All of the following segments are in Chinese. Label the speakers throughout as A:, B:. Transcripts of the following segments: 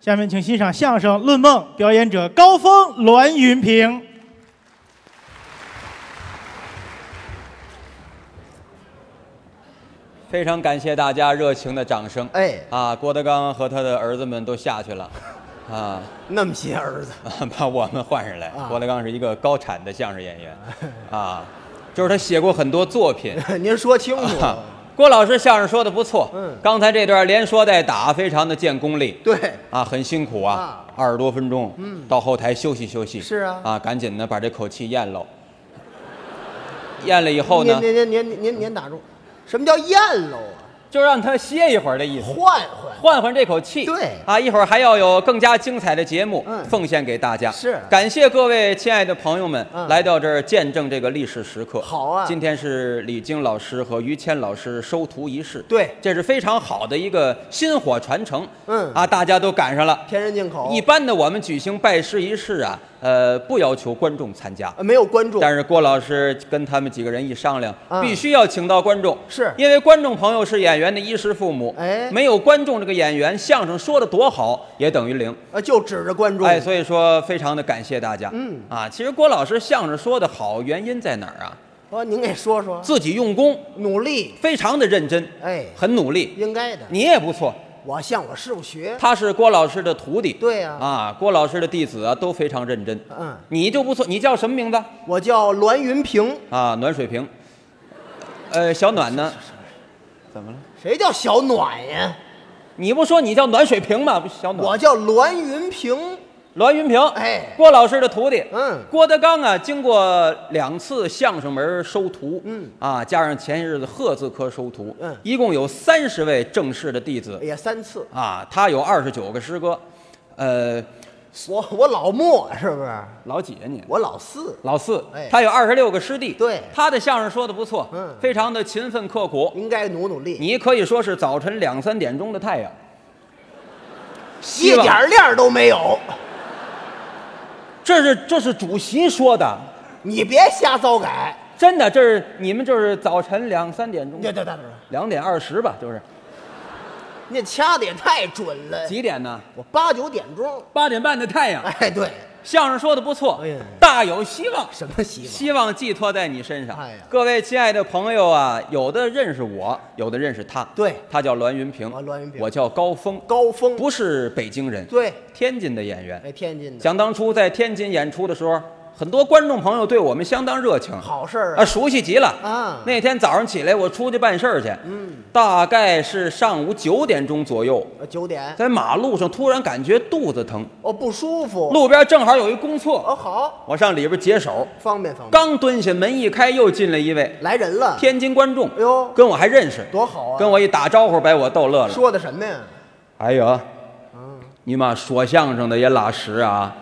A: 下面请欣赏相声《论梦》，表演者高峰、栾云平。
B: 非常感谢大家热情的掌声。
C: 哎
B: 啊，郭德纲和他的儿子们都下去了，啊，
C: 那么些儿子，
B: 把我们换上来。
C: 啊
B: 郭德纲是一个高产的相声演 员，啊，就是他写过很多作品。
C: 您说清楚了。
B: 啊郭老师相声说的不错，
C: 哎嗯
B: 刚才这段连说带打，非常的见功力。
C: 对，
B: 啊，很辛苦啊
C: 啊，
B: 二十多分钟，嗯，到后台休息休息。
C: 是啊
B: 啊，赶紧的把这口气咽了，咽了以后呢，
C: 您您您您您您打住，什么叫咽喽啊？
B: 就让他歇一会儿的意思，
C: 换换，
B: 换换这口气。
C: 对
B: 啊，一会儿还要有更加精彩的节目
C: 嗯
B: 奉献给大家。
C: 是
B: 感谢各位亲爱的朋友们
C: 嗯
B: 来到这儿见证这个历史时刻。
C: 好啊
B: 今天是李菁老师和于谦老师收徒仪式。
C: 对
B: 这是非常好的一个薪火传承。
C: 嗯
B: 啊，大家都赶上了。
C: 天人进口，
B: 一般的我们举行拜师仪式啊，呃，不要求观众参加。
C: 呃没有观众，
B: 但是郭老师跟他们几个人一商量，
C: 嗯
B: 必须要请到观众，
C: 是
B: 因为观众朋友是演员的衣食父母，
C: 哎
B: 没有观众，这个演员相声说的多好也等于零，
C: 呃就指着观众，
B: 哎，所以说非常的感谢大家，
C: 嗯
B: 啊，其实郭老师相声说的好，原因在哪儿啊？
C: 说哦您给说说，
B: 自己用功，
C: 努力，
B: 非常的认真，
C: 哎
B: 很努力，
C: 应该的。
B: 你也不错，
C: 我向我师傅学，
B: 他是郭老师的徒弟，
C: 对呀
B: 啊，郭老师的弟子啊都非常认真，
C: 嗯，
B: 你就不错，你叫什么名字？
C: 我叫栾云平，
B: 啊，暖水瓶，呃，小暖呢？怎么了？
C: 谁叫小暖呀？
B: 你不说你叫暖水瓶吗？不是小暖，
C: 我叫栾云平，
B: 栾云平，
C: 哎
B: 郭老师的徒弟，
C: 嗯
B: 郭德纲啊，经过两次相声门收徒，
C: 嗯，
B: 啊，加上前些日子贺字科收徒，
C: 嗯
B: 一共有三十位正式的弟子，
C: 也哎三次，
B: 啊，他有二十九个师哥，呃，
C: 我我老莫是不是？
B: 老几呀啊你？
C: 我老四，
B: 老四
C: 哎，
B: 他有二十六个师弟，
C: 对
B: 他的相声说的不错，
C: 嗯
B: 非常的勤奋刻苦，
C: 应该努努力，
B: 你可以说是早晨两三点钟的太阳，
C: 一
B: 希望
C: 点儿亮都没有。
B: 这是这是主席说的，
C: 你别瞎糟改。
B: 真的，这是你们就是早晨两三点钟，
C: 对对对对，
B: 两点二十吧，就是
C: 你掐的也太准了。
B: 几点呢？
C: 我八九点钟。
B: 八点半的太阳，
C: 哎，对，
B: 相声说的不错
C: 哎呀，
B: 大有希望。
C: 什么希望？
B: 希望寄托在你身上。
C: 哎呀
B: 各位亲爱的朋友啊，有的认识我，有的认识他。
C: 对
B: 他叫栾云平，
C: 啊栾云平
B: 我叫高峰，
C: 高峰
B: 不是北京人，
C: 对，
B: 天津的演员。
C: 哎，天津的
B: 想当初在天津演出的时候，很多观众朋友对我们相当热情，
C: 好事儿
B: 啊，
C: 啊，
B: 熟悉极了
C: 啊
B: 那天早上起来，我出去办事儿去，嗯，大概是上午九点钟左右，
C: 呃九点
B: 在马路上突然感觉肚子疼，
C: 哦不舒服。
B: 路边正好有一公
C: 哦
B: 厕，
C: 好，
B: 我上里边解手，
C: 方便方便。
B: 刚蹲下，门一开，又进来一位
C: 来人了，
B: 天津观众，
C: 哎呦
B: 跟我还认识，
C: 多好啊！
B: 跟我一打招呼，把我逗乐了。
C: 说嗯的什么呀？
B: 哎呦，你妈说相声的也拉屎啊！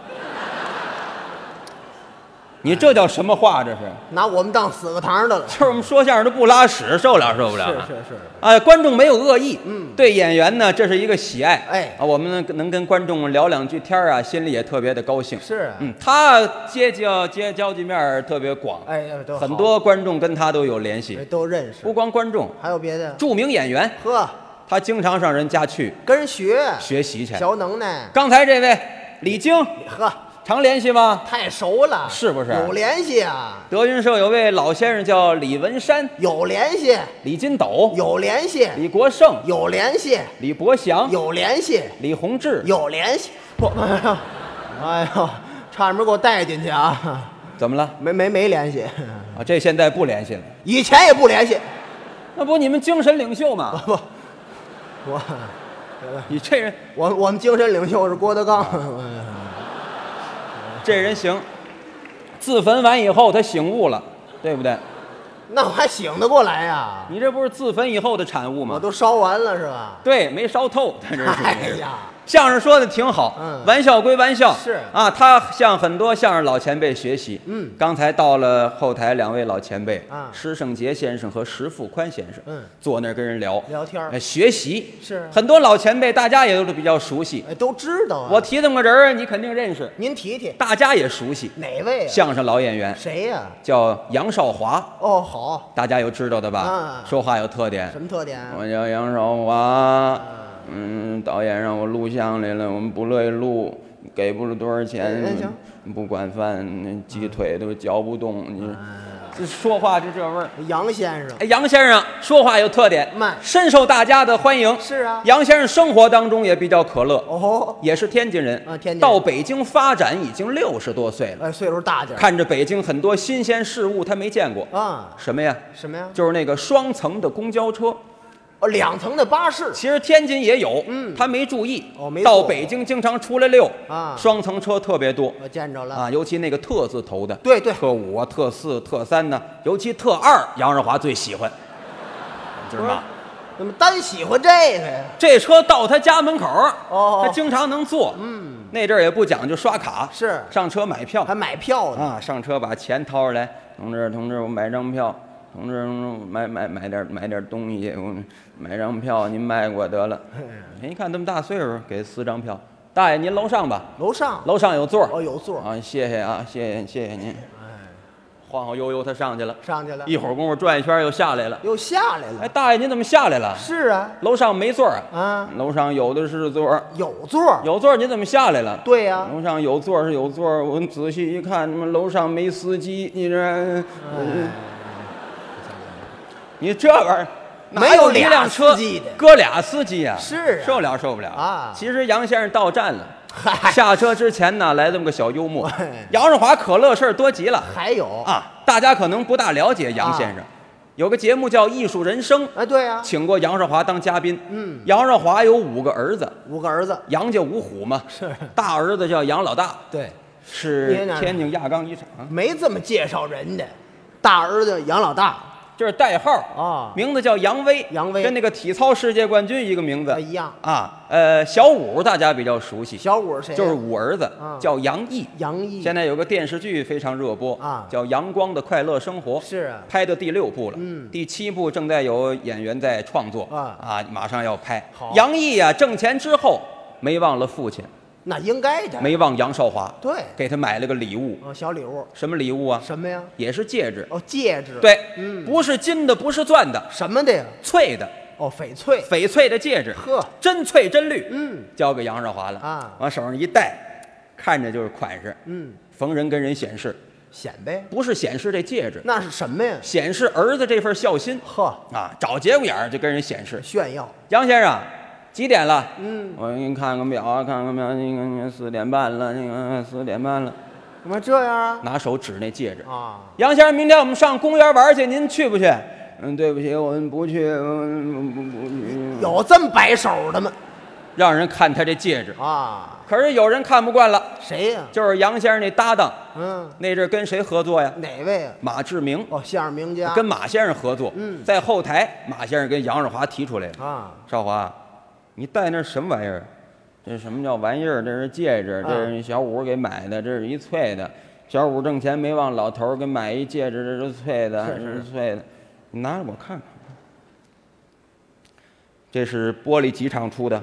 B: 你这叫什么话？这是，
C: 拿我们当死个堂的了。
B: 就是我们说相声的不拉屎，受不了，受不了啊。
C: 是是是
B: 哎，观众没有恶意，嗯，对演员呢，这是一个喜爱，
C: 哎
B: 啊，我们能能跟观众聊两句天儿啊，心里也特别的高兴。
C: 是啊
B: 嗯，他接交接交际面儿特别广，
C: 哎哎都好
B: 很多观众跟他都有联系
C: 哎，都认识
B: 不。光观众，
C: 还有别的？
B: 著名演员，
C: 呵，
B: 他经常上人家去
C: 跟人学
B: 学习去。
C: 小能耐。
B: 刚才这位李菁，
C: 呵，
B: 常联系吗？
C: 太熟了，
B: 是不是
C: 有联系啊？
B: 德云社有位老先生叫李文山、
C: 有联系，
B: 李金斗、
C: 有联系，
B: 李国盛、
C: 有联系，
B: 李伯祥、
C: 有联系。
B: 李洪志，
C: 有联系。不，哎呦，哎呦，差点没给我带进去啊！
B: 怎么了？
C: 没没没联系，
B: 啊，这现在不联系了。
C: 以前也不联系。
B: 那不你们精神领袖吗？
C: 不，我
B: 你这人，
C: 我我们精神领袖是郭德纲。
B: 这人行。自焚完以后，他醒悟了，对不对？
C: 那我还醒得过来呀、
B: 你这不是自焚以后的产物
C: 我
B: 吗？
C: 都烧完了是吧？
B: 对，没烧透，他这是。
C: 哎呀，
B: 相声说的挺好，
C: 嗯
B: 玩笑归玩笑，
C: 是
B: 啊，他向很多相声老前辈学习。
C: 嗯
B: 刚才到了后台，两位老前辈
C: 啊
B: 施圣杰先生和石富宽先生，
C: 嗯
B: 坐那儿跟人聊
C: 聊天儿
B: 呃学习
C: 是
B: 很多老前辈，大家也都是比较熟悉。
C: 哎，都知道啊。
B: 我提这么个人儿，你肯定认识，
C: 您提提
B: 大家也熟悉，
C: 哪位、啊？
B: 相声老演员
C: 谁呀、
B: 叫杨少华，
C: 哦，好，
B: 大家有知道的吧？
C: 啊
B: 说话有特点
C: 什，么特点啊？
B: 我叫杨少华，嗯，导演让我录像来了，我们不乐意录，给不了多少钱
C: 哎哎行，
B: 不管饭，那鸡腿都嚼不动，你
C: 啊
B: 这说话就这味儿。
C: 杨先生
B: 哎，杨先生说话有特点
C: 慢，
B: 深受大家的欢迎。
C: 是啊
B: 杨先生生活当中也比较可乐，
C: 哦，
B: 也是天津人
C: 啊天津人
B: 到北京发展已经六十多岁了，
C: 哎，岁数大点儿
B: 看着北京很多新鲜事物，他没见过。
C: 啊，
B: 什么呀？
C: 什么呀？
B: 就是那个双层的公交车，
C: 哦，两层的巴士
B: 其实天津也有，
C: 嗯
B: 他没注意。
C: 哦没
B: 到
C: 坐过
B: 北京经常出来溜
C: 啊
B: 双层车特别多
C: 我见着了，
B: 啊，尤其那个特字头的，
C: 对对
B: 特五啊、特四、特三呢、尤其特二，杨日华最喜 欢，知道吗？
C: 怎么单喜欢这个呀？
B: 这车到他家门口儿，
C: 哦
B: 他经常能坐。嗯，那阵儿也不讲究刷卡，
C: 是
B: 上车买票
C: 还买票呢？
B: 啊，上车把钱掏出来，同志同志，我买张票，同志同志，我买买买点买点东西，我买张票，您卖给我得了。您一看这么大岁数，给四张票，大爷您楼上吧，
C: 楼上
B: 楼上有座儿
C: 哦有座儿哎
B: 啊，谢谢啊，谢谢谢谢您。晃晃悠悠他上去了，
C: 上去了，
B: 一会儿功夫转一圈儿又下来了。
C: 又下来
B: 哎，
C: 了。
B: 大爷您怎么下来了？
C: 是啊，
B: 楼上没座儿啊？
C: 啊，
B: 楼上有的是座儿，
C: 有座儿。
B: 有座儿您怎么下来了？
C: 对呀，
B: 楼上有座儿是有座儿，我仔细一看，他妈楼上没司机，你这，嗯你这玩意儿。哪
C: 没有
B: 一
C: 俩
B: 辆车
C: 司机的
B: 搁俩司机呀、
C: 是啊
B: 受不了受不了
C: 啊
B: 其实杨先生到站了，
C: 嗨
B: 下车之前呢，来这么个小幽默
C: 哎。
B: 杨日华可乐事儿多极了
C: 还有，
B: 啊！大家可能不大了解杨先生，
C: 啊
B: 有个节目叫《艺术人生》，
C: 哎，对呀，
B: 请过杨少华当嘉宾。
C: 嗯，
B: 杨少华有五个儿子，
C: 五个儿子，
B: 杨家五虎嘛。
C: 是
B: 大儿子叫杨老大，
C: 对，
B: 是
C: 您哪儿
B: 天津亚钢一厂，
C: 没这么介绍人的。大儿子杨老大
B: 就是代号
C: 啊
B: 名字叫杨威，
C: 杨威
B: 跟那个体操世界冠军一个名字
C: 哎一样。
B: 啊。呃，小五大家比较熟悉，
C: 小五是谁呀？
B: 就是五儿子
C: 嗯
B: 叫杨毅。
C: 杨毅。
B: 现在有个电视剧非常热播
C: 啊
B: 叫《阳光的快乐生活》，
C: 是啊
B: 拍到第六部了，
C: 嗯
B: 第七部正在有演员在创作
C: 啊
B: 马上要拍。
C: 好
B: 杨毅啊，挣钱之后没忘了父亲，
C: 那应该的。
B: 没忘杨少华，
C: 对，
B: 给他买了个礼物，
C: 哦，小礼物
B: 什么礼物啊？
C: 什么呀？
B: 也是戒指，
C: 哦，戒指。，
B: 对，
C: 嗯
B: 不是金的，不是钻的，
C: 什么的呀？
B: 翠的，
C: 哦，翡翠。
B: 翡翠的戒指，
C: 呵，
B: 真翠真绿，
C: 嗯
B: 交给杨少华了
C: 啊
B: 往手上一戴，看着就是款式，
C: 嗯，
B: 逢人跟人显示，
C: 显摆。
B: 不是显示这戒指，
C: 那是什么呀？
B: 显示儿子这份孝心
C: 呵，
B: 啊，找节骨眼儿就跟人显示。
C: 炫耀。
B: 杨先生，几点了？
C: 嗯，
B: 我给你看看表啊，看看表，那个那个四点半了，那个四点半了，
C: 怎么这样啊？
B: 拿手指那戒指。
C: 啊，
B: 杨先生，明天我们上公园玩去，您去不去？嗯，对不起，我们不去，嗯不不不去。
C: 有这么摆手的吗？
B: 让人看他这戒指，
C: 啊，
B: 可是有人看不惯了，
C: 谁呀、
B: 就是杨先生那搭档，
C: 嗯，
B: 那阵儿跟谁合作呀？
C: 哪位呀、
B: 马志明
C: 哦，相声名家。
B: 跟马先生合作，
C: 嗯
B: 在后台，马先生跟杨少华提出来了，
C: 啊，
B: 少华，你戴那什么玩意儿？这什么叫玩意儿？这是戒指，
C: 啊
B: 这是小五给买的，这是一翠的。小五挣钱没忘老头儿给买一戒指，这是翠的，
C: 是是
B: 这是翠的。你拿着我看看，这是玻璃几厂出的？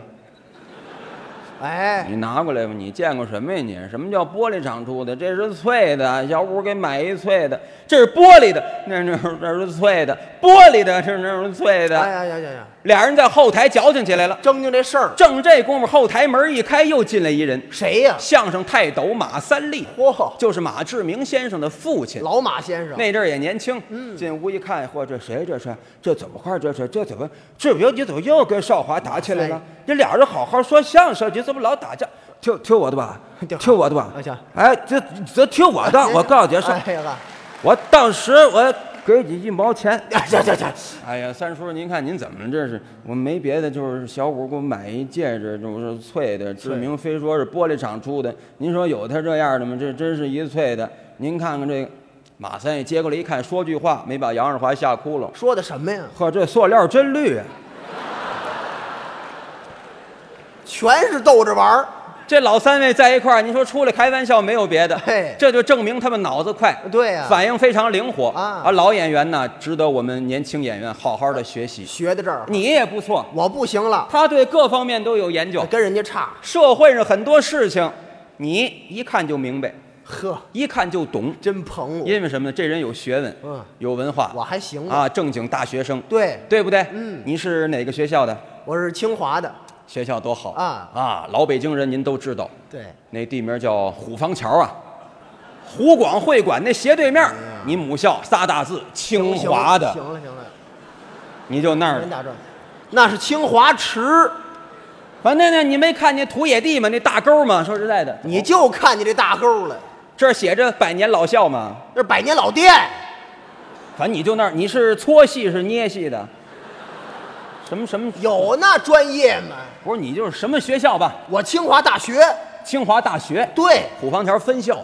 C: 哎，
B: 你拿过来吧，你见过什么呀你？什么叫玻璃厂出的？这是脆的，小五给买一脆的，这是玻璃的，那那那是脆的，玻璃的，这那是脆
C: 哎
B: 的。
C: 呀呀呀呀，
B: 俩人在后台矫情起来了。
C: 正经这事儿，
B: 正这功夫，后台门一开，又进来一人，
C: 谁呀、
B: 相声泰斗马三立，
C: 嚯，
B: 就是马志明先生的父亲。
C: 老马先生，
B: 那阵儿也年轻，
C: 嗯
B: 进屋一看，嚯，这谁这是？这怎么回事？这是这怎么？志平，你怎么又跟少华打起来
C: 哇
B: 了？这俩人好好说相声，你怎么老打架？听听我的 吧
C: 听，
B: 听我的吧
C: 啊行。
B: 哎，这这听我的，我告诉你说，
C: 哎呀，
B: 我当时我给你一毛 钱。
C: 哎呀呀呀，
B: 哎呀，三叔，您看您怎么这是？我没别的，就是小五给我买一戒指，就是脆的，志明非说是玻璃厂出的。您说有他这样的吗？这真是一脆的。您看看这个，马三爷接过来一看，说句话没把杨二华吓哭了。
C: 说的什么呀？
B: 呵，这塑料真绿啊！
C: 全是逗着玩儿。
B: 这老三位在一块儿，您说出来开玩笑没有别的
C: 嘿，
B: 这就证明他们脑子快，
C: 对呀、
B: 反应非常灵活
C: 啊
B: 老演员呢，值得我们年轻演员好好的学习。
C: 学的这儿，
B: 你也不错，
C: 我不行了，
B: 他对各方面都有研究。
C: 哦跟人家差。
B: 社会上很多事情，你一看就明白，
C: 呵，
B: 一看就懂，
C: 真捧我，
B: 因为什么呢？这人有学问，
C: 嗯
B: 有文化，啊
C: 我还行吧。
B: 啊，正经大学生，
C: 对，
B: 对不对？
C: 嗯
B: 你是哪个学校的？
C: 我是清华的，
B: 学校多好
C: 啊
B: 啊！老北京人您都知道，
C: 对，
B: 那地名叫虎坊桥啊，湖广会馆那斜对面，你母校仨大字清
C: 行
B: 华的，
C: 哎
B: 嗯
C: 行了行了，
B: 你就那儿
C: 您
B: 的。
C: 打转，那是清华池，
B: 反正呢，你没看见土野地吗？那大沟吗？说实在的，
C: 你就看见这大沟了，
B: 这儿写着百年老校吗？
C: 那是百年老店，
B: 反正你就那儿，你是搓戏是捏戏的，什么什么
C: 有那专业吗？
B: 不是你就是什么学校吧？
C: 我清华大学，
B: 清华大学
C: 对
B: 虎坊桥分校，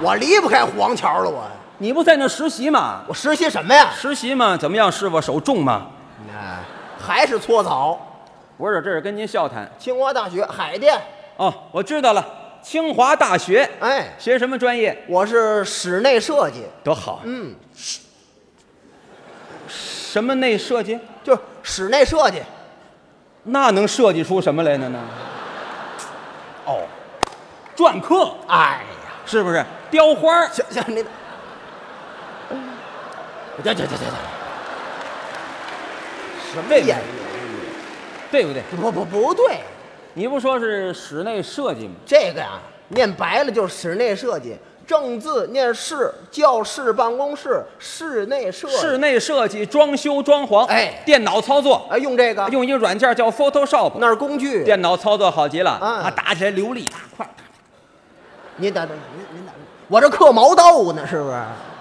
C: 我离不开虎王桥了，我
B: 你不在那儿实习吗？
C: 我实习什么呀？
B: 实习嘛，怎么样，师傅手重吗？啊
C: 哎，还是搓澡。
B: 不是，这是跟您笑谈
C: 清华大学海淀，
B: 哦。我知道了，清华大学
C: 哎，
B: 学什么专业？
C: 我是室内设计，
B: 多好，
C: 嗯，
B: 什么内设计？
C: 就是室内设计。
B: 那能设计出什么来呢呢？哦，篆刻
C: 哎呀，
B: 是不是？雕花儿
C: 行行，您，这这这这这，
B: 什么
C: 这
B: 对不
C: 演
B: 对？对不对？
C: 不哎不不对，
B: 你不说是室内设计吗？
C: 这个呀，念白了就是室内设计，正字念室，教室、办公室、室内设计。
B: 室内设计、装修、装潢，
C: 哎
B: 电脑操作，
C: 哎，用这个，
B: 用一个软件叫 Photoshop，
C: 那是工具。
B: 电脑操作好极了，
C: 嗯
B: 啊，打起来流利大快。
C: 您等等，您您等，我这刻毛豆呢，是不是？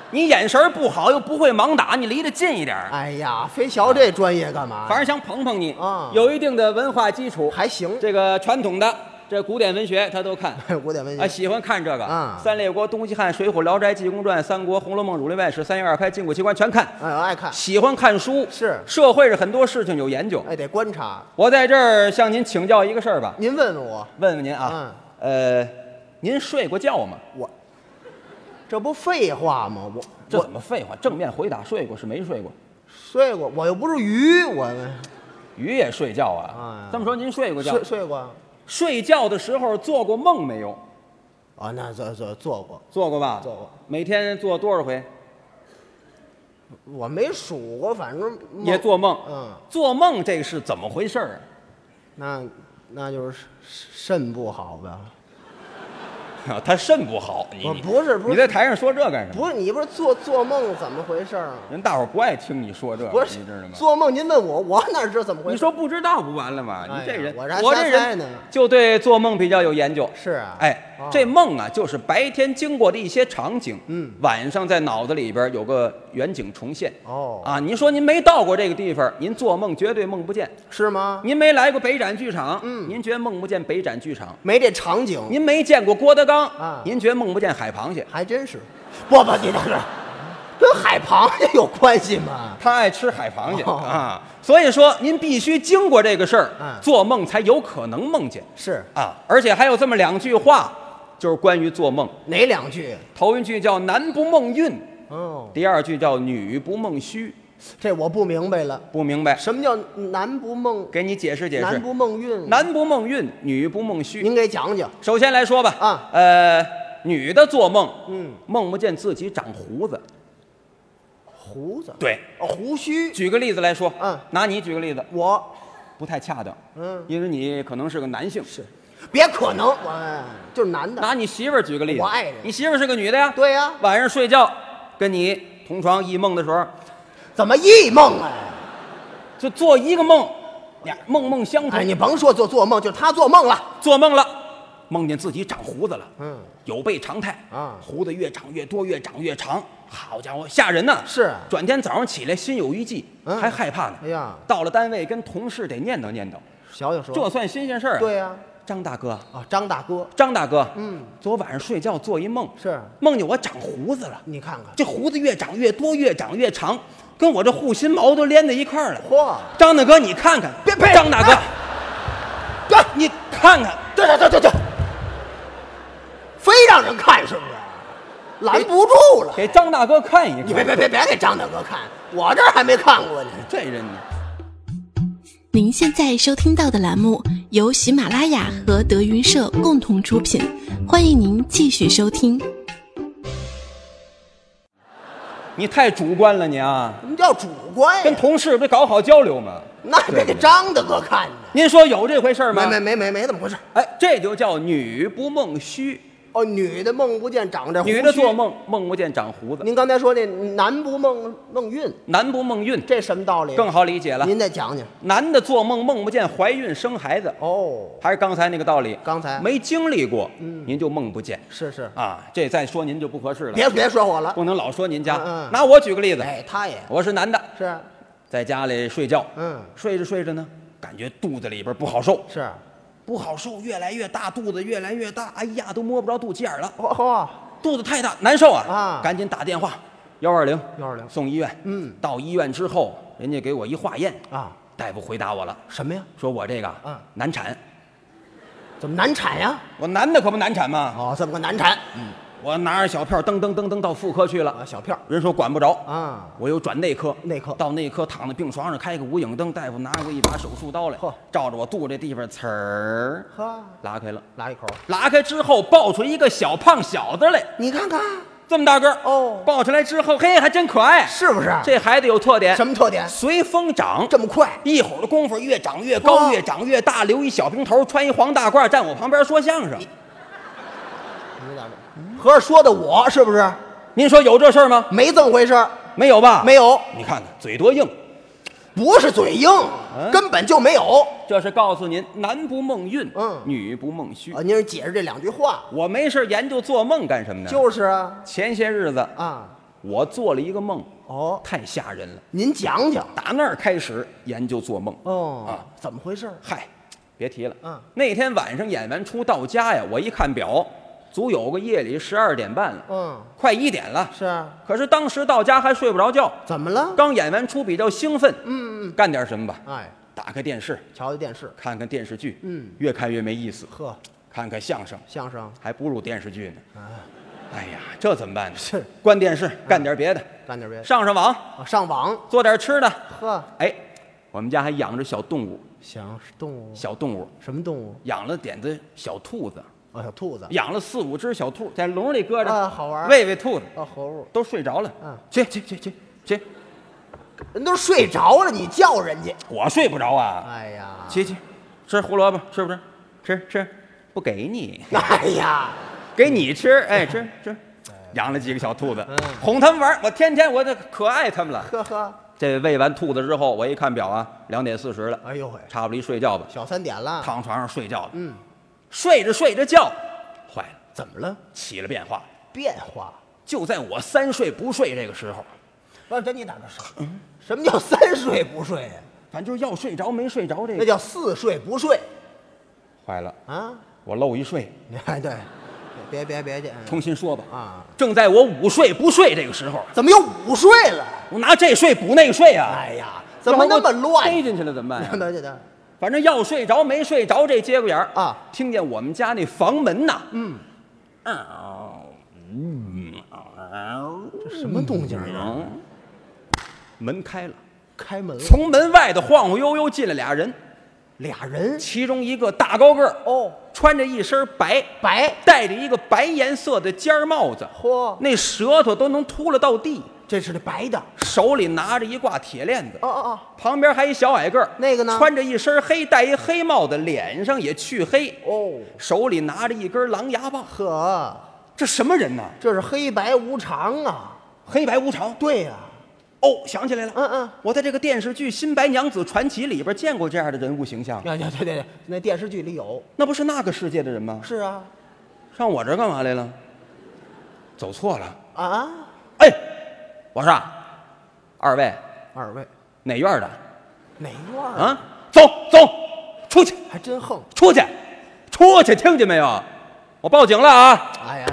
B: 你眼神不好又不会盲打，你离得近一点儿，
C: 哎呀，非瞧这专业干嘛？
B: 反正想捧捧你
C: 啊
B: 有一定的文化基础，
C: 还行。
B: 这个传统的这古典文学他都看。
C: 古典文
B: 啊，
C: 学，
B: 喜欢看这个
C: 哎啊
B: 三列国、东西汉、水浒、聊斋、济公传、三国、红楼梦、儒林外史、三言二拍、金谷奇观全看。
C: 哎，我爱看，
B: 喜欢看书
C: 是
B: 社会是很多事情有研究。
C: 哎，得观察。
B: 我在这儿向您请教一个事儿吧，
C: 您问问我，
B: 问问您啊，呃，您睡过觉吗？
C: 我这不废话吗？我
B: 这
C: 我
B: 怎么废话？正面回答睡过是没睡过，
C: 睡过，我又不是鱼，我
B: 鱼也睡觉
C: 哎
B: 啊
C: 呀。
B: 这么说您睡过觉
C: 睡？睡过啊
B: 睡觉的时候做过梦没有？
C: 啊，那做做做过，
B: 做过吧？
C: 做过。
B: 每天做多少回？
C: 我没数过，反正梦
B: 也做梦。
C: 嗯，
B: 做梦这是怎么回事儿
C: 那那就是肾肾不好呗。
B: 啊？ 他肾不好，你
C: 我不是不是
B: 你在台上说这干什么？
C: 不是你不是做做梦怎么回事儿啊？
B: 人大伙儿不爱听你说这个，
C: 不是
B: 你知道吗？
C: 做梦，您问我，我哪知道怎么回
B: 你
C: 事儿？
B: 说不知道不完了吗？
C: 哎
B: 你
C: 呀
B: 这人，
C: 我这还
B: 这
C: 瞎猜
B: 人
C: 呢
B: 就对做梦比较有研究。
C: 是啊，
B: 哎
C: 啊，
B: 这梦啊，就是白天经过的一些场景，
C: 嗯
B: 晚上在脑子里边有个远景重现。
C: 哦
B: 啊，您说您没到过这个地方，您做梦绝对梦不见；
C: 是吗？
B: 您没来过北展剧场，嗯，您觉梦不见北展剧场；
C: 没这场景，
B: 您没见过郭德纲，
C: 啊
B: 您觉梦不见海螃蟹。
C: 还真是。不不，你等等，跟海螃蟹有关系吗？
B: 他爱吃海螃蟹、
C: 哦
B: 啊，所以说您必须经过这个事儿，
C: 嗯
B: 做梦才有可能梦见
C: 是
B: 啊。而且还有这么两句话，就是关于做梦。
C: 哪两句？
B: 头一句叫“男不梦孕”，
C: 哦，
B: 第二句叫“女不梦虚
C: 这我不明白了”，，
B: 不明白？
C: 什么叫男不梦，
B: 给你解释解
C: 男
B: 释。
C: 不梦孕？，
B: 男不梦孕，女不梦虚。
C: 您给讲讲。
B: 首先来说吧，
C: 啊，
B: 呃，女的做梦，
C: 嗯，
B: 梦不见自己长胡子。
C: 胡子，
B: 对，
C: 哦，胡须，
B: 举个例子来说，
C: 嗯
B: 拿你举个例子，
C: 我
B: 不太恰当，
C: 嗯
B: 因为你可能是个男性。是，
C: 别可能，我哎就是男的。
B: 拿你媳妇儿举个例子，
C: 我爱人
B: 你媳妇儿是个女的呀，
C: 对啊呀
B: 晚上睡觉跟你同床异梦的时候，
C: 怎么异梦啊？
B: 就做一个梦，俩梦梦相
C: 哎，
B: 同，
C: 你甭说做做梦，就是他做梦了。
B: 做梦了，梦见自己长胡子了，
C: 嗯，
B: 有悖常态
C: 啊
B: 胡子越长越多，越长越长，好家伙，吓人呐！
C: 是啊
B: 转天早上起来心有余悸，
C: 嗯
B: 还害怕呢。
C: 哎呀
B: 到了单位跟同事得念叨念叨，
C: 小小说，
B: 这算新鲜事儿、啊。
C: 对呀、
B: 张大哥，
C: 啊，张大哥，
B: 张大哥，
C: 嗯，
B: 昨晚上睡觉做一梦，
C: 是
B: 梦见我长胡子了，
C: 你看看，
B: 这胡子越长越多，越长越长，跟我这护心毛都连在一块儿了。
C: 嚯，
B: 张大哥，你看看，
C: 别别
B: 张大哥，
C: 哎
B: 对，你看看，
C: 对对对对对，非让人看是不是？拦不住了。
B: 给张大哥看一看。
C: 你别别别别给张大哥看，我这儿还没看过呢。
B: 这人呢？
D: 您现在收听到的栏目由喜马拉雅和德云社共同出品，欢迎您继续收听。
B: 你太主观了，你啊，
C: 什么叫主观
B: 跟
C: 呀？
B: 同事不得搞好交流吗？
C: 那得给张大哥看呢。
B: 您说有这回事儿吗？
C: 没没没没没怎么回事。
B: 哎，这就叫女不梦虚，
C: 哦，女的梦不见长着胡须
B: 女的做。梦梦不见长胡子，
C: 您刚才说那男不梦梦孕，
B: 男不梦孕，
C: 这什么道理？
B: 更好理解了。
C: 您再讲讲。
B: 男的做梦梦不见怀孕生孩子，
C: 哦，
B: 还是刚才那个道理。
C: 刚才
B: 没经历过，您就梦不见
C: 是是，
B: 啊。这再说您就不合适了，
C: 别别说我了。
B: 不能老说您家。
C: 嗯嗯
B: 拿我举个例子，
C: 哎，他也
B: 我是男的，
C: 是，啊
B: 在家里睡觉，
C: 嗯，
B: 睡着睡着呢，感觉肚子里边不好受，
C: 是。啊
B: 不好受，越来越大，肚子越来越大，哎呀，都摸不着肚脐眼了，
C: 哦哦，
B: 肚子太大，难受啊！
C: 啊
B: 赶紧打电话，幺二零，
C: 120
B: 送医院。
C: 嗯，
B: 到医院之后，人家给我一化验，
C: 啊，
B: 大夫回答我了，
C: 什么呀？
B: 说我这个啊
C: 嗯
B: 难产，
C: 怎么难产呀？
B: 我男的可不难产嘛。
C: 哦，这么个难产？
B: 我拿着小票噔噔噔噔到妇科去了
C: 啊，，小票
B: 人说管不着，
C: 啊，
B: 我又转内科。
C: 内科
B: 到内科躺在病床上开个无影灯，大夫拿过一把手术刀来
C: 呵，
B: 照着我肚子这地方呲儿
C: 呵，
B: 拉开了。
C: 来一口，
B: 拉开之后，爆出一个小胖小子来，
C: 你看看
B: 这么大个儿
C: 哦
B: 抱出来之后，嘿，还真可爱。
C: 是不是？
B: 这孩子有特点，
C: 什么特点？
B: 随风长，
C: 这么快？
B: 一会儿的功夫越长越高，
C: 哇
B: 越长越大，留一小平头，穿一黄大褂，站我旁边说相声。
C: 嗯合着说的我是不是？
B: 您说有这事儿吗？
C: 没这么回事儿，
B: 没有吧？
C: 没。有，
B: 你看看嘴多硬，
C: 不是嘴硬，根本就没有。
B: 这是告诉您，男不梦孕，
C: 嗯
B: 女不梦虚
C: 啊，。您是解释这两句话，
B: 我没事研究做梦干什么呢？
C: 就是啊
B: 前些日子
C: 啊，
B: 我做了一个梦，
C: 哦，
B: 太吓人了。
C: 您讲讲
B: 打那儿开始研究做梦，
C: 哦
B: 啊
C: 怎么回事儿？
B: 嗨，别提了。
C: 嗯
B: 那天晚上演完出到家呀，我一看表，足有个夜里十二点半了，
C: 嗯，
B: 快一点了。
C: 是啊
B: 可是当时到家还睡不着觉，
C: 怎么了？
B: 刚演完出比较兴奋，嗯，干点什么吧。
C: 哎，
B: 打开电视，
C: 瞧瞧电视，
B: 看看电视剧，
C: 嗯，
B: 越看越没意思。
C: 呵，
B: 看看相声，
C: 相声
B: 还不如电视剧呢。哎呀，这怎么办呢？
C: 啊是啊
B: 关电视，干点别的，
C: 干点别的，
B: 上上网，
C: 啊上网，
B: 做点吃的。
C: 呵，
B: 哎，我们家还养着小动物，
C: 想动物
B: 小动物
C: 什么动物？
B: 养了点子小兔子，
C: 哦，小兔子，
B: 养了四五只小兔，在笼里搁着，
C: 啊好玩儿
B: 喂喂兔子，
C: 哦，猴儿，
B: 都睡着了。
C: 嗯
B: 去去去去去，
C: 人都睡着了，你叫人家，
B: 我睡不着啊。
C: 哎呀，
B: 去去，吃胡萝卜，吃不吃？吃吃，不给你，
C: 哎呀，
B: 给你吃。
C: 嗯
B: 哎，吃吃。养了几个小兔子，哄他们玩儿，我天天我这可爱他们了。
C: 呵呵，
B: 这喂完兔子之后，我一看表啊，两点四十了，
C: 哎呦喂，
B: 差不离睡觉吧，
C: 小三点了，
B: 躺床上睡觉了。
C: 啊嗯，
B: 睡着睡着觉，坏了，
C: 怎么了？
B: 起了变化。
C: 变化。
B: 就在我三睡不睡这个时候，
C: 不是，这你打个手。嗯什么叫三睡不睡呀？
B: 反正就是要睡着没睡着这
C: 那
B: 个，
C: 叫四睡不睡
B: 坏了，
C: 啊！
B: 我漏一睡，
C: 你哎对，别别别去
B: 重新说吧。
C: 啊！
B: 正在我午睡不睡这个时候，
C: 怎么又午睡了？
B: 我拿这睡补那个睡啊，
C: 哎呀，怎么那
B: 塞
C: 么乱？
B: 进去了怎么办、
C: 怎
B: 呀？
C: 么的？
B: 反正要睡着没睡着这节骨眼儿
C: 啊，
B: 听见我们家那房门呐，
C: 嗯，
B: 嗯，嗯
C: 这什么动静啊？
B: 嗯，门开了，
C: 开门了，
B: 从门外头晃晃悠悠进来俩人，
C: 俩人
B: 其中一个大高个儿，
C: 哦，
B: 穿着一身白，
C: 白
B: 戴着一个白颜色的尖儿帽子，
C: 嚯，
B: 那舌头都能秃了到地，
C: 这是这白的。
B: 手里拿着一挂铁链子
C: 哦，哦哦，
B: 旁边还一小矮个儿，
C: 那个呢
B: 穿着一身黑，戴一黑帽子，脸上也去黑，
C: 哦，
B: 手里拿着一根狼牙棒，
C: 呵，
B: 这什么人呐？
C: 这是黑白无常啊！
B: 黑白无常。
C: 对呀，
B: 哦，想起来了，
C: 嗯嗯，
B: 我在这个电视剧《新白娘子传奇》里边见过这样的人物形象，
C: 呀呀，对对对，那电视剧里有。
B: 那不是那个世界的人吗？
C: 是啊，
B: 上我这儿干嘛来了？走错了。
C: 啊，
B: 哎，我说啊，二位
C: 二位
B: 哪院的
C: 哪院儿？
B: 啊？走走，出去
C: 还真横。
B: 出去出去，听见没有？我报警了啊！
C: 哎呀，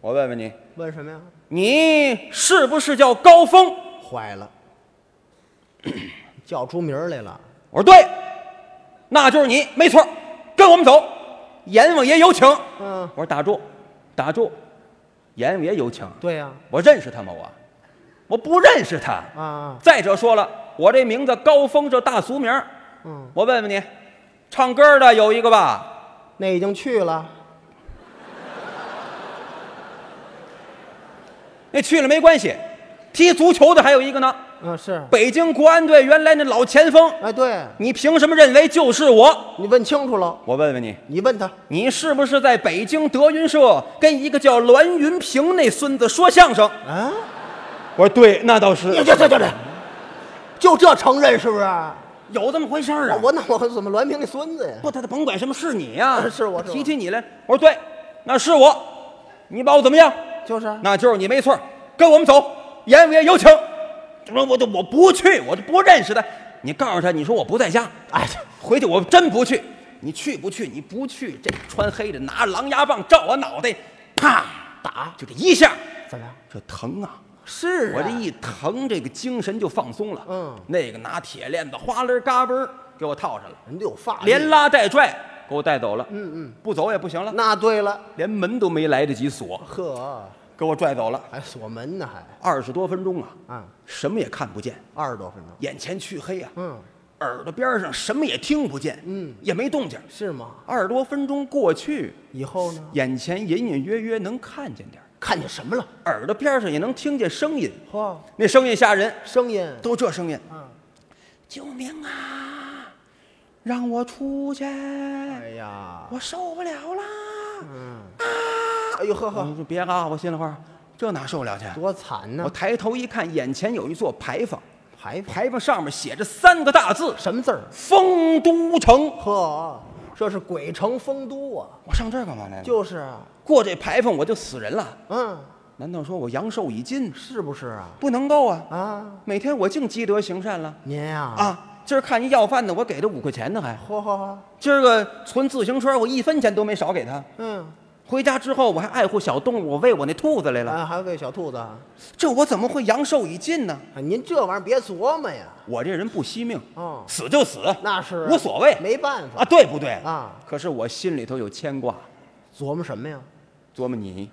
B: 我问问你，
C: 问什么呀？
B: 你是不是叫高峰？
C: 坏了， 叫出名儿来了。
B: 我说对，那就是你，没错儿，跟我们走，阎王爷有请。
C: 嗯，
B: 我说打住，打住，阎王爷有请。
C: 对呀、
B: 我认识他吗？我我不认识他。
C: 啊，啊，
B: 再者说了，我这名字高峰，这大俗名儿。
C: 嗯，
B: 我问问你，唱歌的有一个吧？
C: 那已经去了。
B: 那去了没关系，踢足球的还有一个呢，
C: 嗯，是，
B: 北京国安队原来那老前锋，
C: 哎，对
B: 你凭什么认为就是我？
C: 你问清楚了，
B: 我问问你，
C: 你问他，
B: 你是不是在北京德云社跟一个叫栾云平那孙子说相声？
C: 啊，
B: 我说对，那倒是
C: 你哎这这这这，就这承认是不是？啊
B: 有这么回事儿啊。
C: 我那我怎么栾平那孙子呀？
B: 不，他他甭管什么是你呀、
C: 是我是我
B: 提起你来。我说对，那是我，你把我怎么样？
C: 就是啊，
B: 那就是你没错儿，跟我们走，言为有请。我我就我不去，我就不认识他。你告诉他，你说我不在家，
C: 哎，
B: 回去我真不去。你去不去？你不去，这穿黑的拿着狼牙棒照我脑袋，啪打，就这一下，
C: 怎么样？
B: 这疼啊！
C: 是啊，
B: 我这一疼，这个精神就放松了。
C: 嗯
B: 那个拿铁链子哗啦嘎嘣儿给我套上了，
C: 人都有法力，
B: 连拉带拽给我带走了。
C: 哎嗯嗯，
B: 不走也不行了，
C: 那对了，
B: 连门都没来得及锁，
C: 呵，
B: 给我拽走了。
C: 还锁门呢还，
B: 二十多分钟啊，
C: 啊，
B: 什么也看不见，
C: 二十多分钟，
B: 眼前黢黑啊，
C: 嗯，
B: 耳朵边上什么也听不见，
C: 嗯，
B: 也没动静。
C: 是吗？
B: 二十多分钟过去，
C: 以后呢？
B: 眼前隐隐约约能看见点儿，
C: 看见什么了？
B: 耳朵边上也能听见声音，
C: 嚯，
B: 那声音吓人，
C: 声音，
B: 都这声音，
C: 嗯，
B: 救命啊！让我出去，
C: 哎呀，嗯
B: 我受不了啦！
C: 哎呦呵
B: 我
C: 呵，
B: 说别啊，我心里话，这哪受了去？
C: 多惨呐
B: 我！抬头一看，眼前有一座牌坊，
C: 牌坊
B: 牌坊上面写着三个大字
C: 什么字儿
B: “丰都城”。
C: 呵，这是鬼城丰都啊！
B: 我上这儿干嘛来了？
C: 就是啊，
B: 过这牌坊我就死人了？
C: 嗯，
B: 难道说我阳寿已尽？
C: 是不是啊？
B: 不能够啊！
C: 啊，
B: 每天我净积德行善了
C: 您呀，，
B: 啊！今儿看一要饭的，我给他五块钱呢，还
C: 嚯嚯嚯，
B: 今儿个存自行车，我一分钱都没少给他。
C: 嗯，
B: 回家之后我还爱护小动物，我喂我那兔子来了。
C: 啊，还有喂小兔子啊，
B: 这我怎么会阳寿已尽呢？
C: 啊您这玩意儿别琢磨呀，
B: 我这人不惜命，
C: 哦，
B: 死就死，
C: 那是啊
B: 无所谓
C: 没办法
B: 啊，对不对？
C: 啊，
B: 可是我心里头有牵挂，
C: 琢磨什么呀？
B: 琢磨你。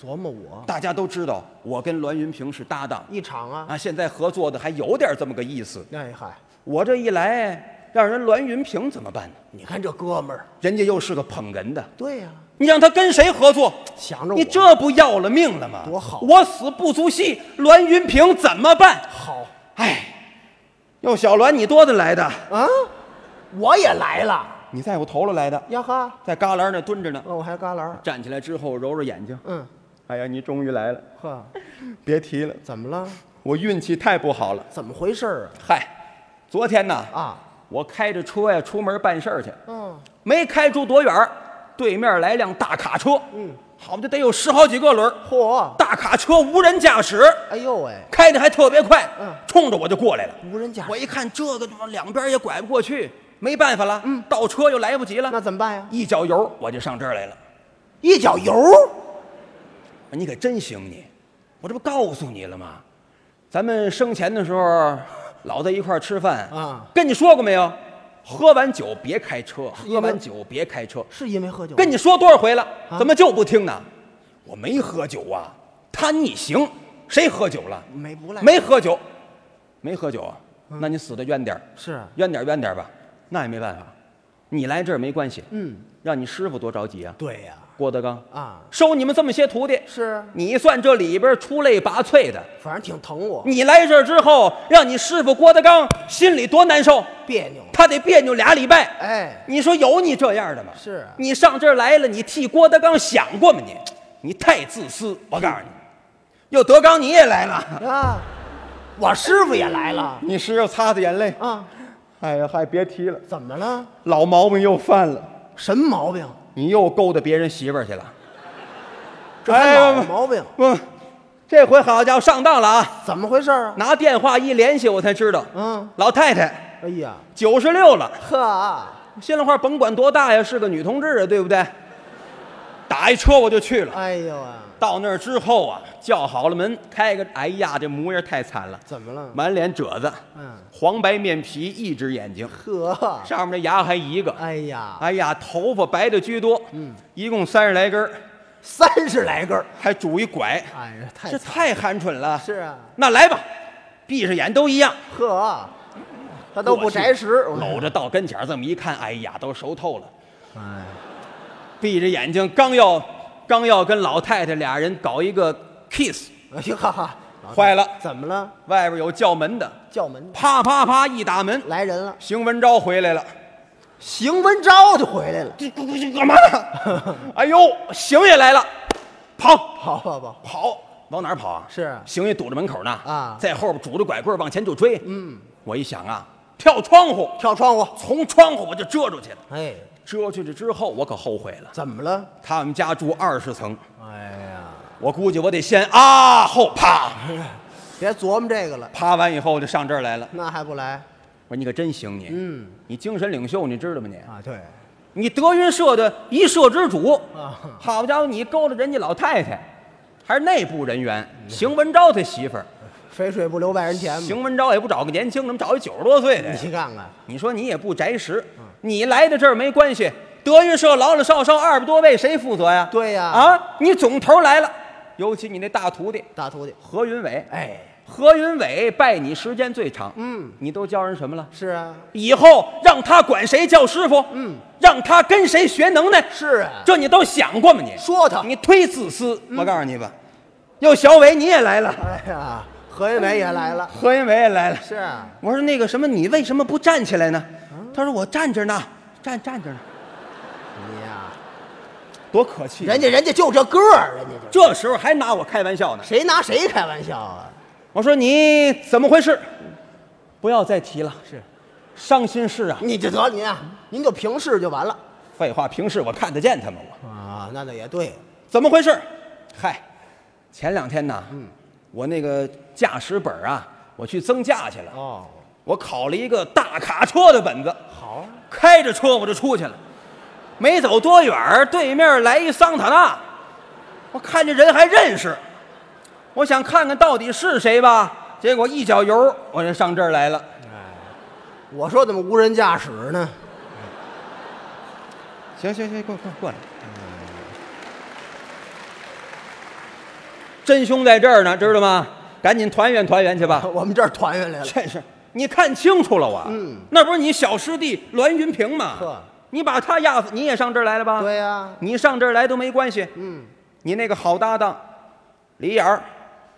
C: 琢磨我
B: 大家都知道，我跟栾云平是搭档
C: 一场啊，
B: 啊，现在合作的还有点这么个意思。
C: 哎嗨，
B: 我这一来，让人栾云平怎么办呢？
C: 你看这哥们儿，
B: 人家又是个捧哏的，
C: 对呀，
B: 你让他跟谁合作？
C: 想着我
B: 你这不要了命了吗？
C: 多好
B: 我死不足惜，栾云平怎么办？
C: 好
B: 哎，要小栾你多的来的，
C: 啊，我也来了，
B: 你在我头了来的，
C: 呀哈，
B: 在旮旯那蹲着呢。
C: 那哦我还旮旯儿，
B: 站起来之后揉揉眼睛，
C: 嗯，
B: 哎呀，你终于来了，
C: 呵，
B: 别提了，
C: 怎么了？
B: 我运气太不好了。
C: 怎么回事儿
B: 嗨，昨天呐，
C: 啊？啊，
B: 我开着车呀出门办事儿去，
C: 嗯，
B: 没开出多远儿，对面来辆大卡车，嗯，好嘛，这得有十好几个轮儿。
C: 嚯，
B: 大卡车无人驾驶，
C: 哎呦喂，
B: 开的还特别快，
C: 嗯
B: 冲着我就过来了。
C: 无人驾
B: 我
C: 驶，
B: 一看这个他妈两边也拐不过去，没办法了，嗯，倒车又来不及了，
C: 那怎么办呀？
B: 一脚油我就上这儿来了。
C: 一脚油，
B: 你可真行你，我这不告诉你了吗？咱们生前的时候老在一块儿吃饭
C: 啊，
B: 跟你说过没有？喝完酒别开车，喝完酒别开车。
C: 是因为喝酒吗？
B: 跟你说多少回了，
C: 啊
B: 怎么就不听呢？我没喝酒啊，他逆行，谁喝酒了？
C: 没不赖，嗯
B: 没喝酒，没喝酒啊？那你死的冤点儿，
C: 是，啊
B: 冤点儿冤点儿吧？那也没办法，你来这儿没关系，
C: 嗯，
B: 让你师傅多着急啊。
C: 对呀，
B: 郭德纲，
C: 啊，
B: 收你们这么些徒弟，
C: 是，
B: 你算这里边出类拔萃的。
C: 反正挺疼我，
B: 你来这儿之后，让你师傅郭德纲心里多难受，
C: 别扭，
B: 他得别扭俩礼拜。
C: 哎，
B: 你说有你这样的吗？
C: 是啊
B: 你上这儿来了，你替郭德纲想过吗？你，你太自私！我告诉你，又德纲你也来了，
C: 啊，我师傅也来了，
B: 你师傅擦擦眼泪，
C: 啊，
B: 哎呀，还别提了，
C: 怎么了？
B: 老毛病又犯了，
C: 什么毛病？
B: 你又勾搭别人媳妇儿去了。
C: 这还
B: 哎
C: 老
B: 不
C: 毛病，
B: 不，这回好家伙上当了啊！
C: 怎么回事啊？
B: 拿电话一联系，我才知道，
C: 嗯，
B: 老太太
C: 哎呀，
B: 九十六了。
C: 呵，
B: 心里话，甭管多大呀，是个女同志啊，对不对？打一车我就去了。
C: 哎呦啊，
B: 到那儿之后啊，叫好了门，开个，哎呀，这模样太惨了，
C: 怎么了？
B: 满脸褶子，
C: 嗯
B: 黄白面皮，一只眼睛，
C: 呵，
B: 上面那牙还一个，
C: 哎呀，
B: 哎呀，头发白的居多，嗯，一共三十来根儿，
C: 三十来根儿，
B: 还拄一拐，
C: 哎呀，太
B: 这
C: 惨
B: 太寒碜了。
C: 是啊，
B: 那来吧，闭着眼都一样，
C: 呵，他都不摘食，我
B: 搂着，到跟前儿这么一看，哎呀，都熟透了。
C: 哎，
B: 闭着眼睛，刚要刚要跟老太太俩人搞一个 kiss，
C: 哎呀，哈哈，
B: 坏了，
C: 怎么了？
B: 外边有叫门的，
C: 叫门
B: 啪啪啪一打门，
C: 来人了，
B: 邢文昭回来了，
C: 邢文昭就回来了，
B: 这这这干嘛呢？ 哎呦，邢爷来了，跑
C: 跑跑跑，
B: 跑，往哪儿跑啊？
C: 是啊
B: 邢爷堵着门口呢，
C: 啊
B: 在后边拄着拐棍儿往前就追。嗯，我一想啊，跳窗户，
C: 跳窗户，
B: 从窗户我就遮出去了。
C: 哎，
B: 遮出去之后，我可后悔了。
C: 怎么了？
B: 他们家住二十层，
C: 哎呀，
B: 我估计我得先啊后 啪，
C: 别琢磨这个了，
B: 啪完以后我就上这儿来了。
C: 那还不来
B: 我说你可真行你，
C: 嗯，
B: 你精神领袖你知道吗你？
C: 啊？对，
B: 你德云社的一社之主
C: 啊，
B: 好家伙，你勾搭人家老太太，还是内部人员，邢文昭他媳妇儿。
C: 肥水不流外人田嘛，
B: 邢文昭也不找个年轻的，怎么找一九十多岁的？
C: 你看看，
B: 你说你也不宅实，你来到这儿没关系，德云社老老少少二百多位，谁负责呀？
C: 对呀
B: 啊，你总头来了，尤其你那大徒弟
C: 大徒弟，
B: 何云伟，
C: 哎，
B: 何云伟拜你时间最长，
C: 嗯，
B: 你都教人什么了？
C: 是啊，
B: 以后让他管谁叫师傅，嗯，让他跟谁学能耐，
C: 是啊，
B: 这你都想过吗？你
C: 说他
B: 你忒自私！我告诉你吧，哟，小伟你也来了，
C: 哎呀，何云伟也来了，
B: 何云伟也来了。
C: 是啊，
B: 我说那个什么，你为什么不站起来呢？他说我站着呢，站站着呢，
C: 你呀，
B: 多可气！啊
C: 啊人家人家就这个儿，人家就
B: 这时候还拿我开玩笑呢。
C: 谁拿谁开玩笑啊？
B: 我说你怎么回事？不要再提了，
C: 是，
B: 伤心事啊！
C: 你就得您啊，您就平视就完了
B: 废话，平时我看得见他们，我
C: 啊，那倒也对，
B: 怎么回事？嗨，嗯前两天呐，我那个驾驶本啊，我去增驾去了，
C: 哦，
B: 我考了一个大卡车的本子，
C: 好，啊
B: 开着车我就出去了，没走多远儿，对面来一桑塔纳，我看这人还认识，我想看看到底是谁吧，结果一脚油，我就上这儿来了。
C: 我说怎么无人驾驶呢？
B: 行行行，过过过来。真凶在这儿呢，知道吗？赶紧团圆团圆去吧。
C: 我们这儿团圆来了，
B: 这是你看清楚了我，
C: 嗯
B: 那不是你小师弟栾云平吗
C: 呵？
B: 你把他压死，你也上这儿来了吧？
C: 对呀、
B: 你上这儿来都没关系。
C: 嗯，
B: 你那个好搭档李眼儿，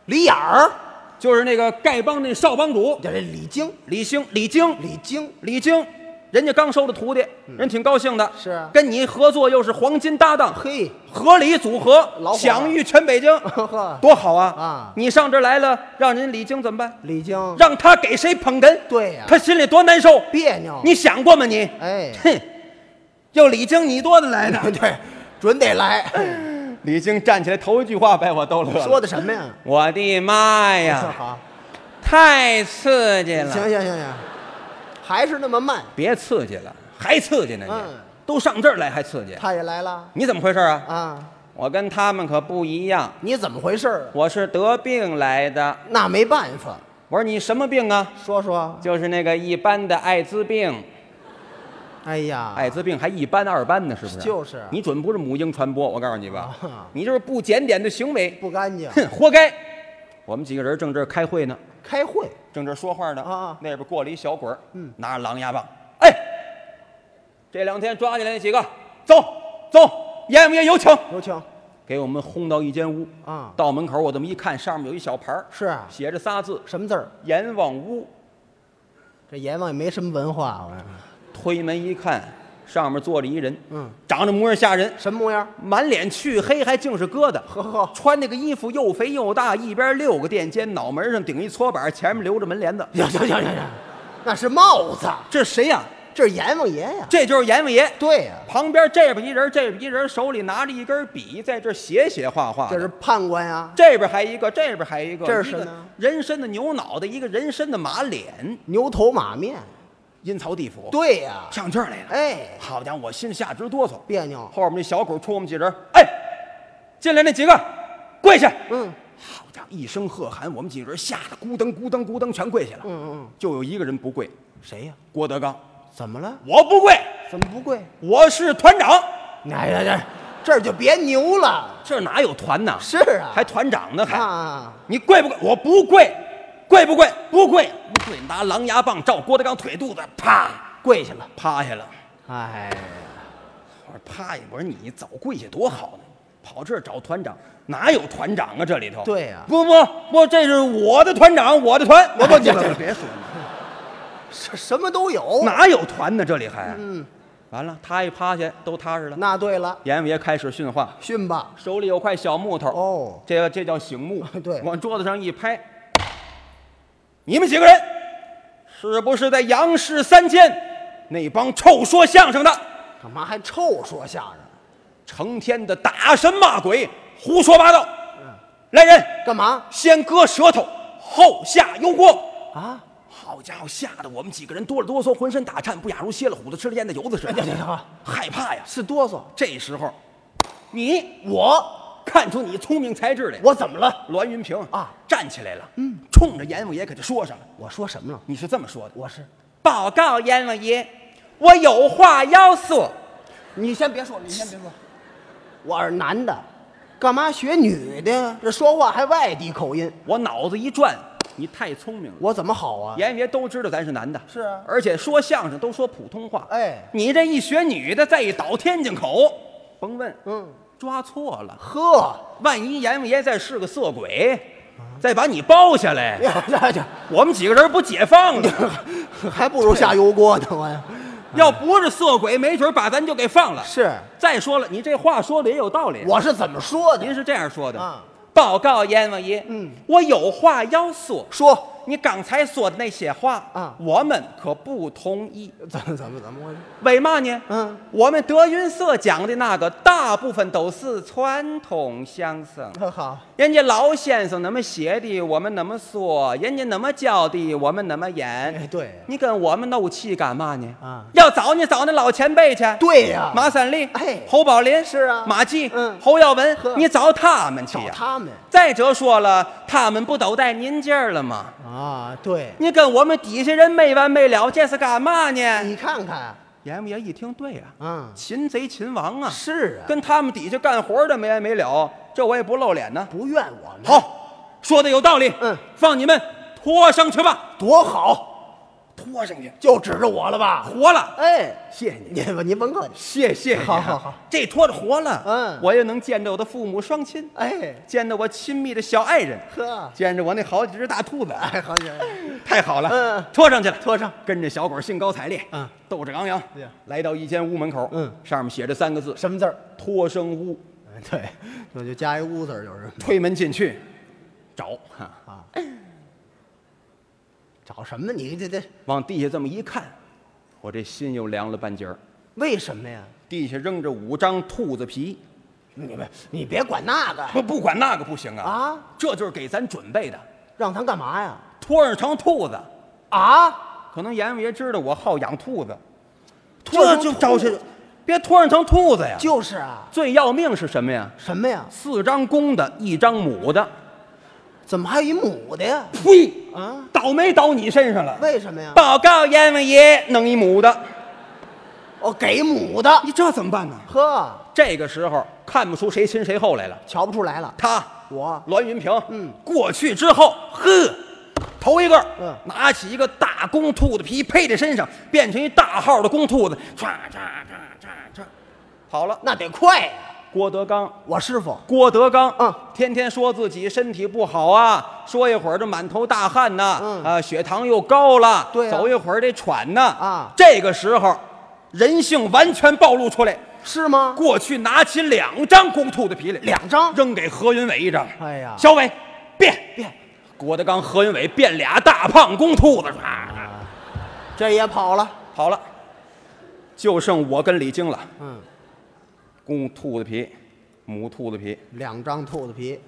C: 李眼儿，
B: 就是那个丐帮那少帮主
C: 这这李菁，
B: 李兴、李菁、
C: 李菁，
B: 李菁，人家刚收的徒弟，人挺高兴的。
C: 嗯是啊
B: 跟你合作又是黄金搭档，
C: 嘿，
B: 合理组合
C: 老，伙
B: 享誉全北 京，
C: 呵呵
B: 多好啊！
C: 啊
B: 你上这儿来了，让人李菁怎么办？
C: 李菁，
B: 让他给谁捧哏？
C: 对呀
B: 他心里多难受。
C: 别扭，
B: 你想过吗你？，
C: 哎
B: 哼，要李菁你哎多的来的。
C: 对，准得来，
B: 李菁站起来头一句话把我逗乐了，
C: 说的什么呀？
B: 我的妈哎呀，哎
C: 好，
B: 太刺激
C: 行行
B: 了！
C: 行行，还是那么慢，
B: 别刺激了，还刺激呢你？
C: 嗯
B: 都上这儿来还刺激？
C: 他也来了
B: 你怎么回事啊？
C: 啊？
B: 我跟他们可不一样，
C: 你怎么回事儿？啊
B: 我是得病来的。
C: 那没办法，
B: 我说你什么病啊？
C: 说说，
B: 就是那个一般的艾滋病，
C: 哎呀，
B: 艾滋病还一般二般呢，是不是？
C: 就是
B: 你准不是母婴传播，我告诉你吧
C: 啊，
B: 你就是不检点的行为，
C: 不干净，
B: 哼，活该。我们几个人正这儿开会呢，
C: 开会，
B: 正这儿说话呢，
C: 啊啊
B: 那边过来一小鬼儿，
C: 嗯
B: 拿着狼牙棒，哎，这两天抓起来那几个，走走，阎王爷有请，
C: 有请
B: 给我们轰到一间屋。
C: 啊，
B: 到门口我这么一看，上面有一小牌儿，
C: 是啊，
B: 写着仨字
C: 什么字儿？
B: “阎王屋
C: 这阎王也没什么文化，我说”。
B: 推门一看，上面坐着一人，
C: 嗯，
B: 长着模样吓人，
C: 什么模样？
B: 满脸黢黑，还净是疙瘩。
C: 呵呵，
B: 穿那个衣服又肥又大，一边六个垫肩，脑门上顶一搓板，前面留着门帘子。
C: 行行行行行，那是帽子，
B: 这是谁呀、
C: 这是阎王爷呀。
B: 这就是阎王爷。
C: 对呀、
B: 旁边这边一人，这边一人，手里拿着一根笔，在这写写画画的。
C: 这是判官啊呀，
B: 这边还一个，这边还一个，
C: 这是
B: 一个
C: 什么
B: 人参的牛脑袋，一个人参的马脸，
C: 牛头马面。
B: 阴曹地府。
C: 对呀、
B: 上这儿来了。
C: 哎，
B: 好家伙，我心下直哆嗦。
C: 别扭。
B: 后面那小狗冲我们几人，哎，进来那几个，跪下。
C: 嗯
B: 好家伙，一声喝喊，我们几个人吓得咕噔咕噔咕噔全跪下了。
C: 嗯嗯，
B: 就有一个人不跪，
C: 谁呀、
B: 郭德纲，
C: 怎么了？
B: 我不跪，
C: 怎么不跪？
B: 我是团长。
C: 哎呀呀，这儿就别牛了。
B: 这哪有团呐？
C: 是啊，
B: 还团长呢？还、
C: 啊，
B: 你跪不跪？我不跪，跪不跪？不跪，不跪！拿狼牙棒照郭德纲腿肚子，啪
C: 跪下了。
B: 趴下了。
C: 啊哎呀，
B: 我说趴下，我说你早跪下多好呢。跑这儿找团长，哪有团长啊？这里头
C: 对呀哎
B: 不不不，这是我的团长，我的团，我不这这别说了，
C: 什什么都有。
B: 哪有团呢？这里还嗯，完了，他一趴下都踏实了。
C: 那对了，
B: 阎王爷开始训话，
C: 训吧。
B: 手里有块小木头，
C: 哦，，
B: 这个这叫醒木
C: 对
B: 往桌子上一拍，你们几个人是不是在杨氏三间那帮臭说相声的，
C: 干嘛还臭说相声？
B: 成天的打神骂鬼、胡说八道？来人，
C: 干嘛
B: 先割舌头，后下油锅。
C: 啊？
B: 好家伙，吓得我们几个人哆里哆嗦，浑身打颤，不雅如蝎了虎子吃了烟的油子似 的，害怕呀！
C: 是哆嗦？
B: 这时候，你
C: 我
B: 看出你聪明才智来，
C: 我怎么了？
B: 栾云平
C: 啊
B: 站起来了，嗯，冲着阎王爷给他说上了。
C: 我说什么了？
B: 你是这么说的：
C: 我是
B: 报告阎王爷，我有话要说。
C: 你先别说，你先别说，我是男的，干嘛学女的呀？这说话还外地口音，
B: 我脑子一转，你太聪明了。
C: 我怎么好啊？
B: 阎王爷都知道咱是男的，
C: 是啊
B: 而且说相声都说普通话。
C: 哎
B: 你这一学女的，再一倒天津口，甭问，
C: 嗯，
B: 抓错了。
C: 呵，
B: 万一阎王爷再是个色鬼，
C: 啊
B: 再把你包下来，
C: 哎这这
B: 我们几个人不解放了？
C: 还不如下油锅呢，我呀。
B: 要不是色鬼，没准把咱就给放了。
C: 是，
B: 再说了，你这话说的也有道理。
C: 我是怎么说的？
B: 您是这样说的
C: 啊
B: 报告阎王爷，
C: 嗯，
B: 我有话要说。
C: 说
B: 你刚才说的那些话
C: 啊
B: 我们可不同意。
C: 怎么怎么怎么回事？
B: 为嘛呢？
C: 嗯，
B: 我们德云社讲的那个大部分都是传统相声。
C: 呵好，
B: 人家老先生那么写的，我们那么说；人家那么教的，我们那么演。
C: 哎对
B: 你跟我们怄气干嘛呢？
C: 啊
B: 要找你找那老前辈去。
C: 对呀
B: 马三立，
C: 哎
B: 侯宝林
C: 是啊
B: 马季，
C: 嗯
B: 侯耀文
C: 呵，
B: 你找他们去
C: 找
B: 呀。
C: 他们
B: 再者说了，他们不都带您劲儿了吗？
C: 啊，对，
B: 你跟我们底下人没完没了，这是干嘛呢？
C: 你看看，
B: 阎王爷一听，对呀、
C: 嗯，
B: 擒贼擒王啊，
C: 是啊，
B: 跟他们底下干活的没完没了，这我也不露脸呢。
C: 不怨我们，，
B: 好，说的有道理，
C: 嗯，
B: 放你们拖上去吧，
C: 多好，
B: 拖上去，
C: 就指着我了吧？
B: 活了，
C: 哎，
B: 谢谢你，
C: 您吧，您甭客气，
B: 谢谢你啊
C: 好好好，
B: 这拖着活了，
C: 嗯
B: 我又能见着我的父母双亲，
C: 哎，
B: 见到我亲密的小爱人，
C: 呵
B: 见着我那好几只大兔子，
C: 哎，好家伙，
B: 太好了，
C: 嗯
B: 拖上去了，
C: 拖上，
B: 跟着小狗兴高采烈，
C: 嗯，
B: 斗志昂扬
C: 对呀，
B: 来到一间屋门口，
C: 嗯
B: 上面写着三个字
C: 什么字儿？
B: “托生屋
C: 哎对，我就加一屋字儿，就是”，
B: 推门进去，找，哈，
C: 找什么呢？你这这
B: 往地下这么一看，我这心又凉了半截儿。
C: 为什么呀？
B: 地下扔着五张兔子皮，
C: 你别你别管那个，
B: 不不管那个不行啊！
C: 啊，
B: 这就是给咱准备的，
C: 让他干嘛呀？
B: 托上成兔子。
C: 啊，
B: 可能阎王爷知道我好养兔子，
C: 托上
B: 这
C: 成
B: 就
C: 兔
B: 招谁？别托上成兔子呀！
C: 就是啊，
B: 最要命是什么呀？
C: 什么呀？
B: 四张公的，一张母的。
C: 怎么还有一母的呀？
B: 呸！
C: 啊，
B: 倒霉倒你身上了。
C: 为什么呀？
B: 报告阎王爷，弄一母的，
C: 哦，给母的，
B: 你这怎么办呢？
C: 呵，
B: 这个时候看不出谁亲谁后来了。
C: 瞧不出来了，
B: 他
C: 我
B: 栾云平，
C: 嗯，
B: 过去之后，呵，头一个，
C: 嗯
B: 拿起一个大公兔子皮披在身上，变成一大号的公兔子，唰唰唰唰唰，跑了。
C: 那得快呀、
B: 郭德纲，
C: 我师傅
B: 郭德纲，
C: 嗯
B: 天天说自己身体不好啊，说一会儿这满头大汗呐、
C: 嗯
B: 啊，血糖又高了，
C: 对啊
B: 走一会儿得喘呐，
C: 啊
B: 这个时候，人性完全暴露出来。
C: 是吗？
B: 过去拿起两张公兔的皮来，
C: 两张
B: 扔给何云伟一张。
C: 哎呀
B: 小伟变
C: 变，
B: 郭德纲、何云伟变俩大胖公兔子，
C: 啊
B: 唰
C: 这也跑了，
B: 好了，就剩我跟李菁了。
C: 嗯，
B: 公兔子皮，母兔子皮，
C: 两张兔子皮，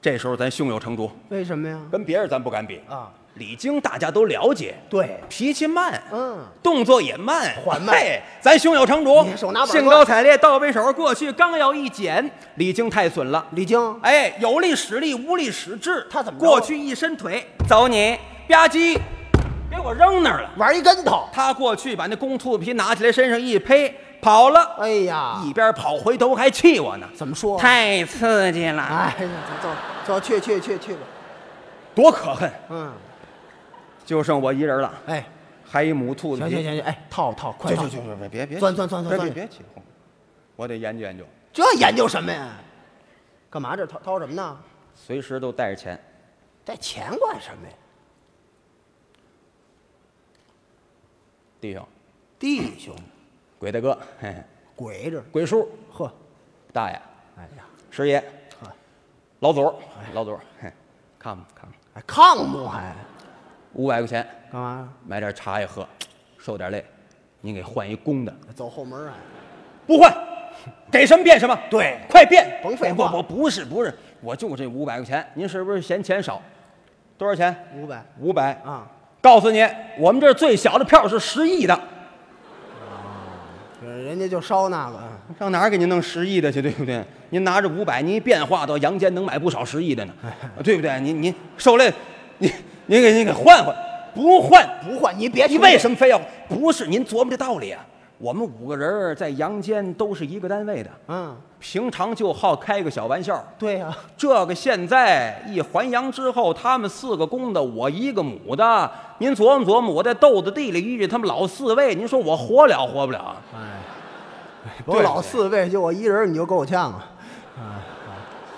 B: 这时候咱胸有成竹，
C: 为什么呀？
B: 跟别人咱不敢比。
C: 嗯啊，
B: 李菁大家都了解，
C: 对，
B: 脾气慢，
C: 嗯，
B: 动作也慢，
C: 缓慢
B: 嘿，咱胸有成竹
C: 你，手拿板
B: 兴
C: 砖
B: 高采烈，倒背手过去，刚要一剪，李菁太损了。
C: 李菁，
B: 哎，有力使力，无力使智。
C: 他怎么着
B: 过去一伸腿，走你吧唧，给我扔那儿了。
C: 玩一跟头，
B: 他过去把那公兔皮拿起来，身上一披，跑了。
C: 哎呀，
B: 一边跑回头还气我呢，
C: 怎么说？
B: 太刺激了，
C: 哎呀，走走走，去去去去吧，
B: 多可恨！
C: 嗯，
B: 就剩我一人了，
C: 哎，
B: 还一母兔子
C: 行
B: 皮。
C: 行行行，哎，套套快
B: 去
C: 套
B: 去，去去，别别别，
C: 钻钻钻
B: 别
C: 钻钻
B: 别起哄，我得研究研究。
C: 这研究什么呀？干嘛这掏掏什么呢？
B: 随时都带着钱。
C: 带钱管什么呀？
B: 弟兄，
C: 弟兄，
B: 鬼大哥， 嘿嘿，
C: 鬼着，
B: 鬼叔，
C: 呵，
B: 大爷，
C: 哎呀，
B: 师爷
C: 啊，
B: 老祖儿，老祖儿，嘿，看吧看吧，
C: 还抗木还
B: 五百块钱
C: 干嘛？
B: 买点茶叶喝，受点累，你给换一公的。
C: 走后门啊？
B: 不换，给什么变什么。
C: 对
B: 快变，
C: 甭废话
B: 不不不是不是，我就这五百块钱，您是不是嫌钱少？多少钱？
C: 五百
B: 五百
C: 啊！
B: 告诉你，我们这儿最小的票是十亿的，
C: 人家就烧那个，嗯
B: 上哪儿给您弄十亿的去，对不对？您拿着五百，您一变化到阳间能买不少十亿 的呢，对不对？您您受累，您您给您给换换，不换
C: 不换你别
B: 你
C: 提
B: 为
C: 么
B: 什么非要？不是您琢磨这道理啊？我们五个人儿在阳间都是一个单位的，
C: 嗯，
B: 平常就好开个小玩笑，
C: 对呀、
B: 这个现在一还阳之后，他们四个公的，我一个母的。您琢磨琢磨，我在豆子地里遇见他们老四位，您说我活了活不了啊？
C: 我老四位就我一人，你就够呛啊！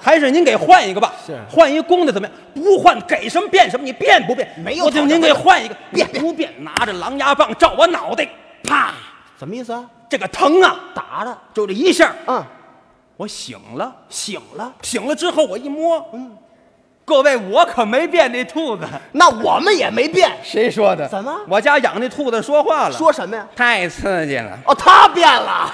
B: 还是您给换一个吧，
C: 是
B: 换一公的怎么样？不换给什么变什么，你变不变？
C: 没有
B: 我就
C: 讨论
B: 您给换一个，
C: 变
B: 你不变，拿着狼牙棒照我脑袋，啪，
C: 什么意思啊？
B: 这个疼啊！
C: 打的，
B: 就这一下，
C: 嗯，
B: 我醒了，
C: 醒了。
B: 醒了之后我一摸，嗯，各位，我可没变那兔子。
C: 那我们也没变，
B: 谁说的？
C: 怎么
B: 我家养那兔子说话了。
C: 说什么呀？
B: 太刺激了，
C: 哦，他变了，